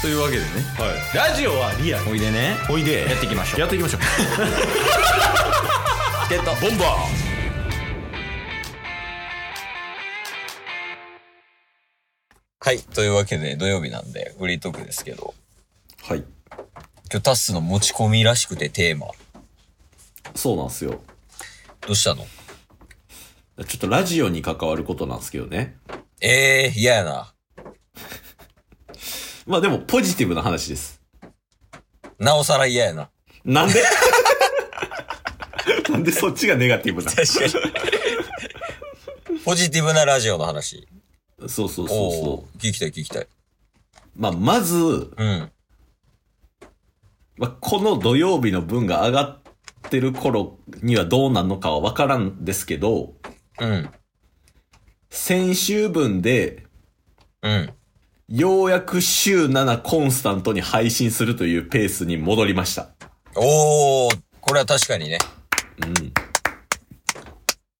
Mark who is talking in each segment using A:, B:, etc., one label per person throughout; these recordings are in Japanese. A: というわけでね
B: はい、ラジオはリアル
A: おいでね
B: おいで
A: やっていきましょう
B: やっていきましょう
A: ゲット
B: ボンバ
A: はいというわけで土曜日なんでフリートークですけど
B: ーはい
A: 今日タッスの持ち込みらしくてテーマ
B: そうなんですよ
A: どうしたの
B: ちょっとラジオに関わることなんですけどね
A: ええー、嫌やな
B: まあでもポジティブな話です
A: なおさら嫌やな
B: な んでなんでそっちがネガティブな
A: 確かにポジティブなラジオの話
B: そうそうそう
A: お
B: そ
A: おー聞きたい聞きたいう
B: まあまず、
A: うん
B: まあ、この土曜日の分が上がってる頃にはどうなんのかはわからんですけど
A: うん
B: 先週分で
A: うん
B: ようやく週7コンスタントに配信するというペースに戻りました。
A: おおこれは確かにね
B: うん。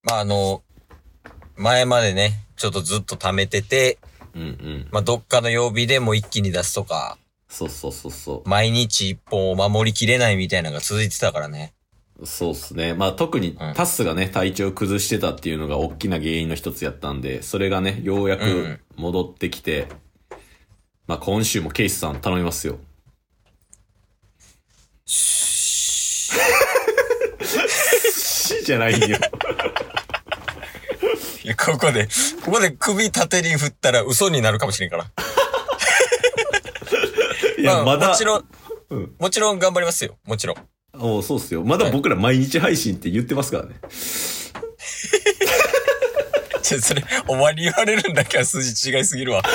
A: まああの前までねちょっとずっと貯めてて
B: うんうん。
A: まあどっかの曜日でもう一気に出すとか
B: そうそうそうそ
A: 毎日一本を守りきれないみたいなのが続いてたからね
B: う。そうっすね。まあ特に
A: ん
B: タスがね、体調崩してたっていうのが大きな原因の一つやったんで、それがね、ようや
A: うん
B: く戻ってきて、まあ今週もケイスさん頼みますよ。しじゃないんよ。
A: いや、ここで、ここで首縦に振ったら嘘になるかもしれんから。
B: いや、
A: まあ
B: まだ。
A: もちろん、
B: うん
A: もちろん頑張りますよ。もちろん。
B: おそうっすよ。まだ僕ら毎日配信って言ってますからね。
A: ちょ、それ、お前に言われるんだけは数字違いすぎるわ。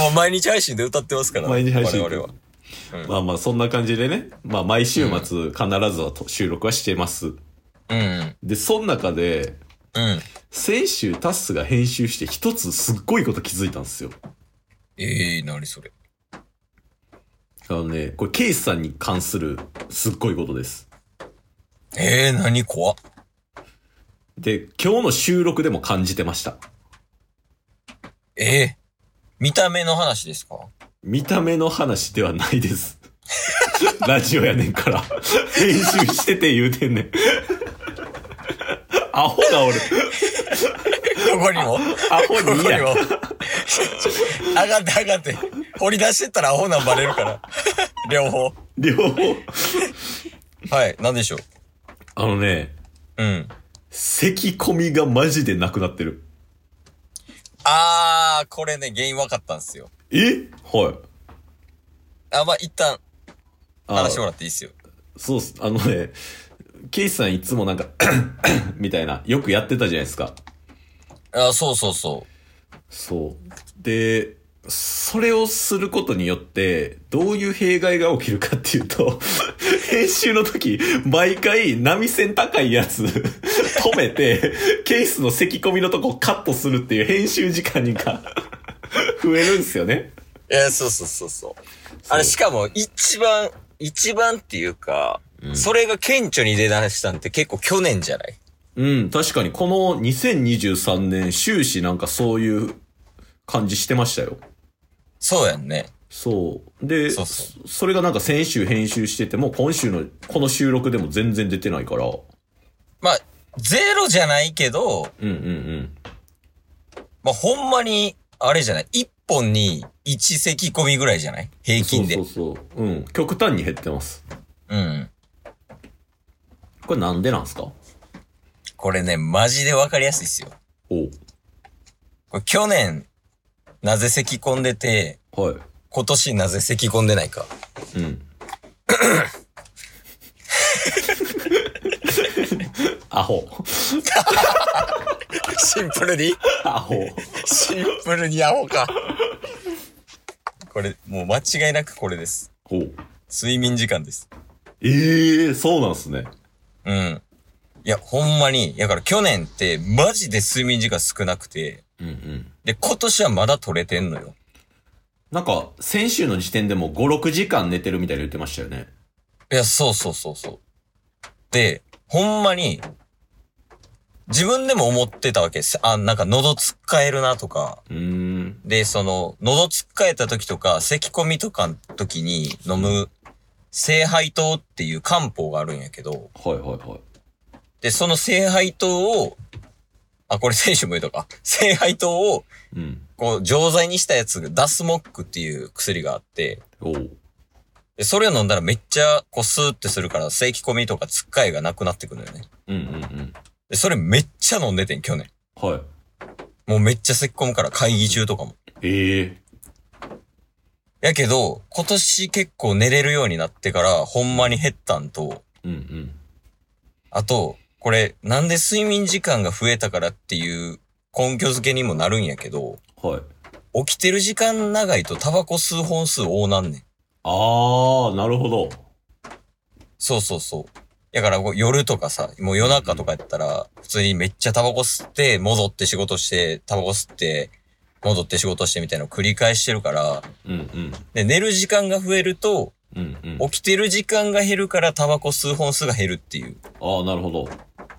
A: もう毎日配信で歌ってますから、
B: 毎日配信
A: 我々は。
B: まあまあそんな感じでね、まあ毎週末必ずはと収録はしてます。
A: うんうん。
B: で、その中で、
A: うん。
B: 先週タッスが編集して一つすっごいこと気づいたんですよ。
A: ええー、なにそれ。
B: あのね、これケイスさんに関するすっごいことです。
A: ええー、なに怖っ
B: で、今日の収録でも感じてました。
A: ええ見た目の話です か
B: 見た目の話ではない です。ラジオやねんから。編集してて言うてんねん。アホがおる。
A: どこにも
B: アホ
A: ここ
B: に
A: に
B: や
A: も。。上がって上がって。掘り出してったらアホなんバレるから。両方。
B: 両方。
A: はい、なんでしょう。
B: あのね、
A: うん。
B: 咳込みがマジでなくなってる。
A: あー、これね、原因分かったんですよ。
B: えはい。
A: あ、まあ、一旦、
B: あ
A: 話してもらっていいっすよ。
B: そうっす。あのね、ケイスさんいつもなんか、 みたいな、よくやってたじゃないですか。
A: あ、そうそうそ
B: そう。で、それをすることによって、どういう弊害が起きるかっていうと、 編集の時、毎回波線高いやつ 止めて、ケースの咳込みのとこカットするっていう編集時間が 増えるんですよね。
A: う。いや、そうそうそうそう。あれ、しかも、一番、一番っていうか、それが顕著に出だしたんって結構去年じゃない
B: うん、確かにこの2023年終始なんかそういう感じしてましたよ。
A: そうやんね。
B: そう。で、
A: そうそ
B: そそれがなんか先週編集してても、今週の、この収録でも全然出てないから。う
A: まあ、ゼロじゃないけど、
B: んうんうん。
A: まあ、ほんまに、あれじゃない一本に一咳込みぐらいじゃない平均で。
B: そうそうそう。うん。極端に減ってます。
A: うん。
B: これなんでなんすか
A: これね、マジで分かりやすいっすよ。
B: おう
A: これ去年、なぜ咳込んでて、
B: はい。
A: 今年なぜ咳込んでないか。
B: うん。 アホ。
A: シンプルに
B: アホ。
A: シンプルにアホか。これ、もう間違いなくこれです。
B: ほう。
A: 睡眠時間です。
B: ええー、そうなんすね。
A: うん。いや、ほんまに、だから去年ってマジで睡眠時間少なくて、
B: うんうん。
A: で、今年はまだ取れてんのよ。
B: なんか、先週の時点でも5、6時間寝てるみたいに言ってましたよね。
A: いや、そうそうそうそう。で、ほんまに、自分でも思ってたわけです。あ、なんか喉つっかえるなとか、
B: うーん。
A: で、その、喉つっかえた時とか、咳込みとかの時に飲む、聖杯糖っていう漢方があるんやけど、
B: はいはいはい。
A: で、その聖杯糖を、あ、これ選手も言うとか、聖杯糖を、
B: うん。
A: こう、錠剤にしたやつが、ダスモックっていう薬があって、
B: おう。
A: で、それを飲んだらめっちゃ、こう、スーってするから、咳込みとかつっかえがなくなってくるのよね。
B: うんうんうん。
A: で、それめっちゃ飲んでてん、去年。
B: はい。
A: もうめっちゃ咳込むから、会議中とかも。
B: ええ
A: やけど、今年結構寝れるようになってから、ほんまに減ったんと、
B: うんうん。
A: あと、これ、なんで睡眠時間が増えたからっていう根拠づけにもなるんやけど、
B: はい。
A: 起きてる時間長いとタバコ吸う本数多なんねん。
B: あー、なるほど。
A: そうそうそう。だからこう夜とかさ、もう夜中とかやったら、普通にめっちゃタバコ吸って、戻って仕事して、タバコ吸って、戻って仕事してみたいなのを繰り返してるから、
B: うんうん。
A: で、寝る時間が増えると、
B: うんうん。
A: 起きてる時間が減るからタバコ吸う本数が減るっていう。
B: あー、なるほど。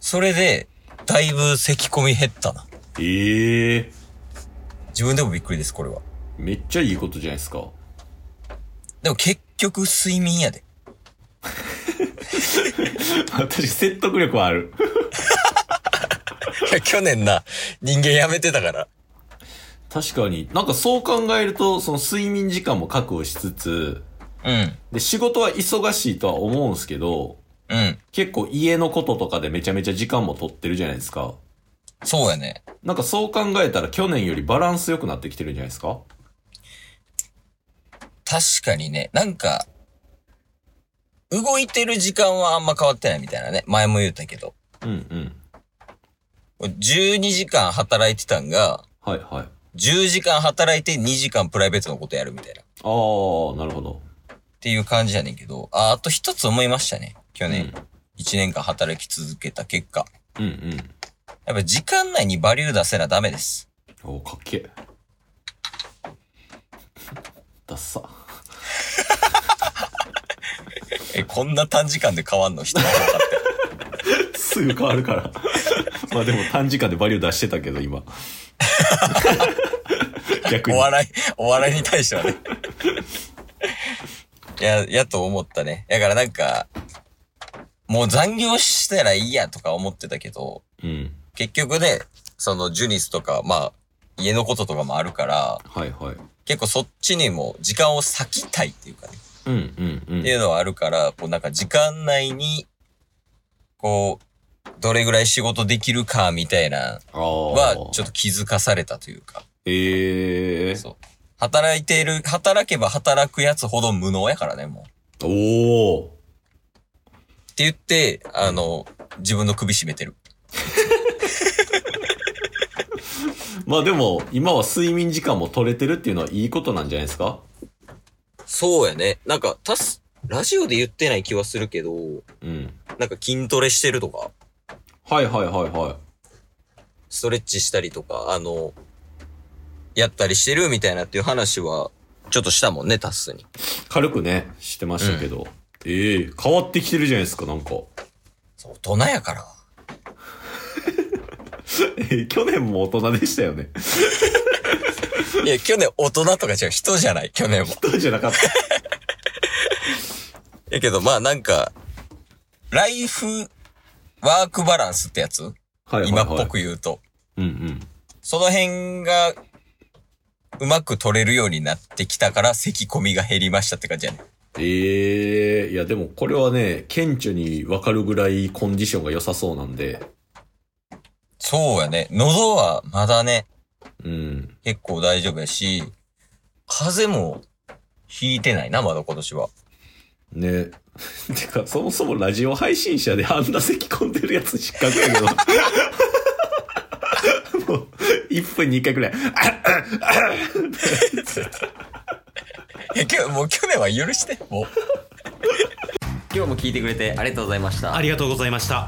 A: それで、だいぶ咳込み減ったな。
B: ええ
A: 自分でもびっくりです、これは。
B: めっちゃいいことじゃないですか。
A: でも結局睡眠やで。
B: 私、説得力はある。
A: 去年な、人間やめてたから。
B: 確かに。なんかそう考えると、その睡眠時間も確保しつつ、
A: うん。
B: で、仕事は忙しいとは思うんですけど、
A: うん。
B: 結構家のこととかでめちゃめちゃ時間も取ってるじゃないですか。
A: そうやね。
B: なんかそう考えたら去年よりバランス良くなってきてるんじゃないですか
A: 確かにね、なんか、動いてる時間はあんま変わってないみたいなね。前も言ったけど。
B: うんうん。
A: 12時間働いてたんが、
B: はいはい。
A: 10時間働いて2時間プライベートのことやるみたいな。っ
B: あー、なるほど。
A: ていう感じやねんけど。あ、あと一つ思いましたね。去
B: うん
A: 年。1年間働き続けた結果。
B: うんうん。
A: やっぱ時間内にバリュー出せなダメです。
B: おー、かっけえ。 ダッサ。
A: え、こんな短時間で変わんの人は分かって。
B: すぐ変わるから。 まあでも短時間でバリュー出してたけど、 今。逆
A: お
B: に。
A: 笑い、お笑いに対しては ね。いや、やと思ったね。だからなんか、もう残業したらいいやとか思ってたけど、
B: うん。
A: 結局ね、そのジュニスとか、まあ、家のこととかもあるから、
B: はいはい。
A: 結構そっちにも時間を割きたいっていうかね、
B: うんうんう
A: ってい
B: ん。
A: うのはあるから、こうなんか時間内に、こう、どれぐらい仕事できるかみたいな
B: ああ。
A: は、ちょっと気づかされたというか。
B: ええ
A: そう。働いている、働けば働くやつほど無能やからね、もう。
B: おお。
A: って言って、あの、自分の首絞めてる。
B: まあでも、今は睡眠時間も取れてるっていうのはいいことなんじゃないですか
A: そうやね。なんか、たす、ラジオで言ってない気はするけど、
B: うん。
A: なんか筋トレしてるとか、
B: はいはいはいは
A: ストレッチしたりとか、あの、やったりしてるみたいなっていう話は、ちょっとしたもんね、タスに。
B: い。軽くね、してましたけど。ええ変わってきてるじゃないですか、なんか。
A: そう大人やから。
B: え 去年も大人でしたよね。
A: いや、去年大人とか違う、人じゃない、去年も。
B: どうじゃなかった。
A: やけど、まあなんか、ライフ、ワークバランスってやつ
B: はいはいは
A: 今
B: い。
A: っぽ。く言うと。
B: うんうん。
A: その辺が、うまく取れるようになってきたから、咳込みが減りましたって感じやね。
B: ええいやでもこれはね、顕著にわかるぐらいコンディションが良さそうなんで、
A: そうやね。喉はまだね、
B: うん。
A: 結構大丈夫やし、風邪もひいてないな、まだ今年は。
B: ね。 てか、そもそもラジオ配信者であんな咳込んでるやつ失格やけど。 もう、1分に1回くらい。
A: え、今日、もう去年は許して、もう。 今日も聞いてくれてありがとうございました
C: あ。りがとうございました。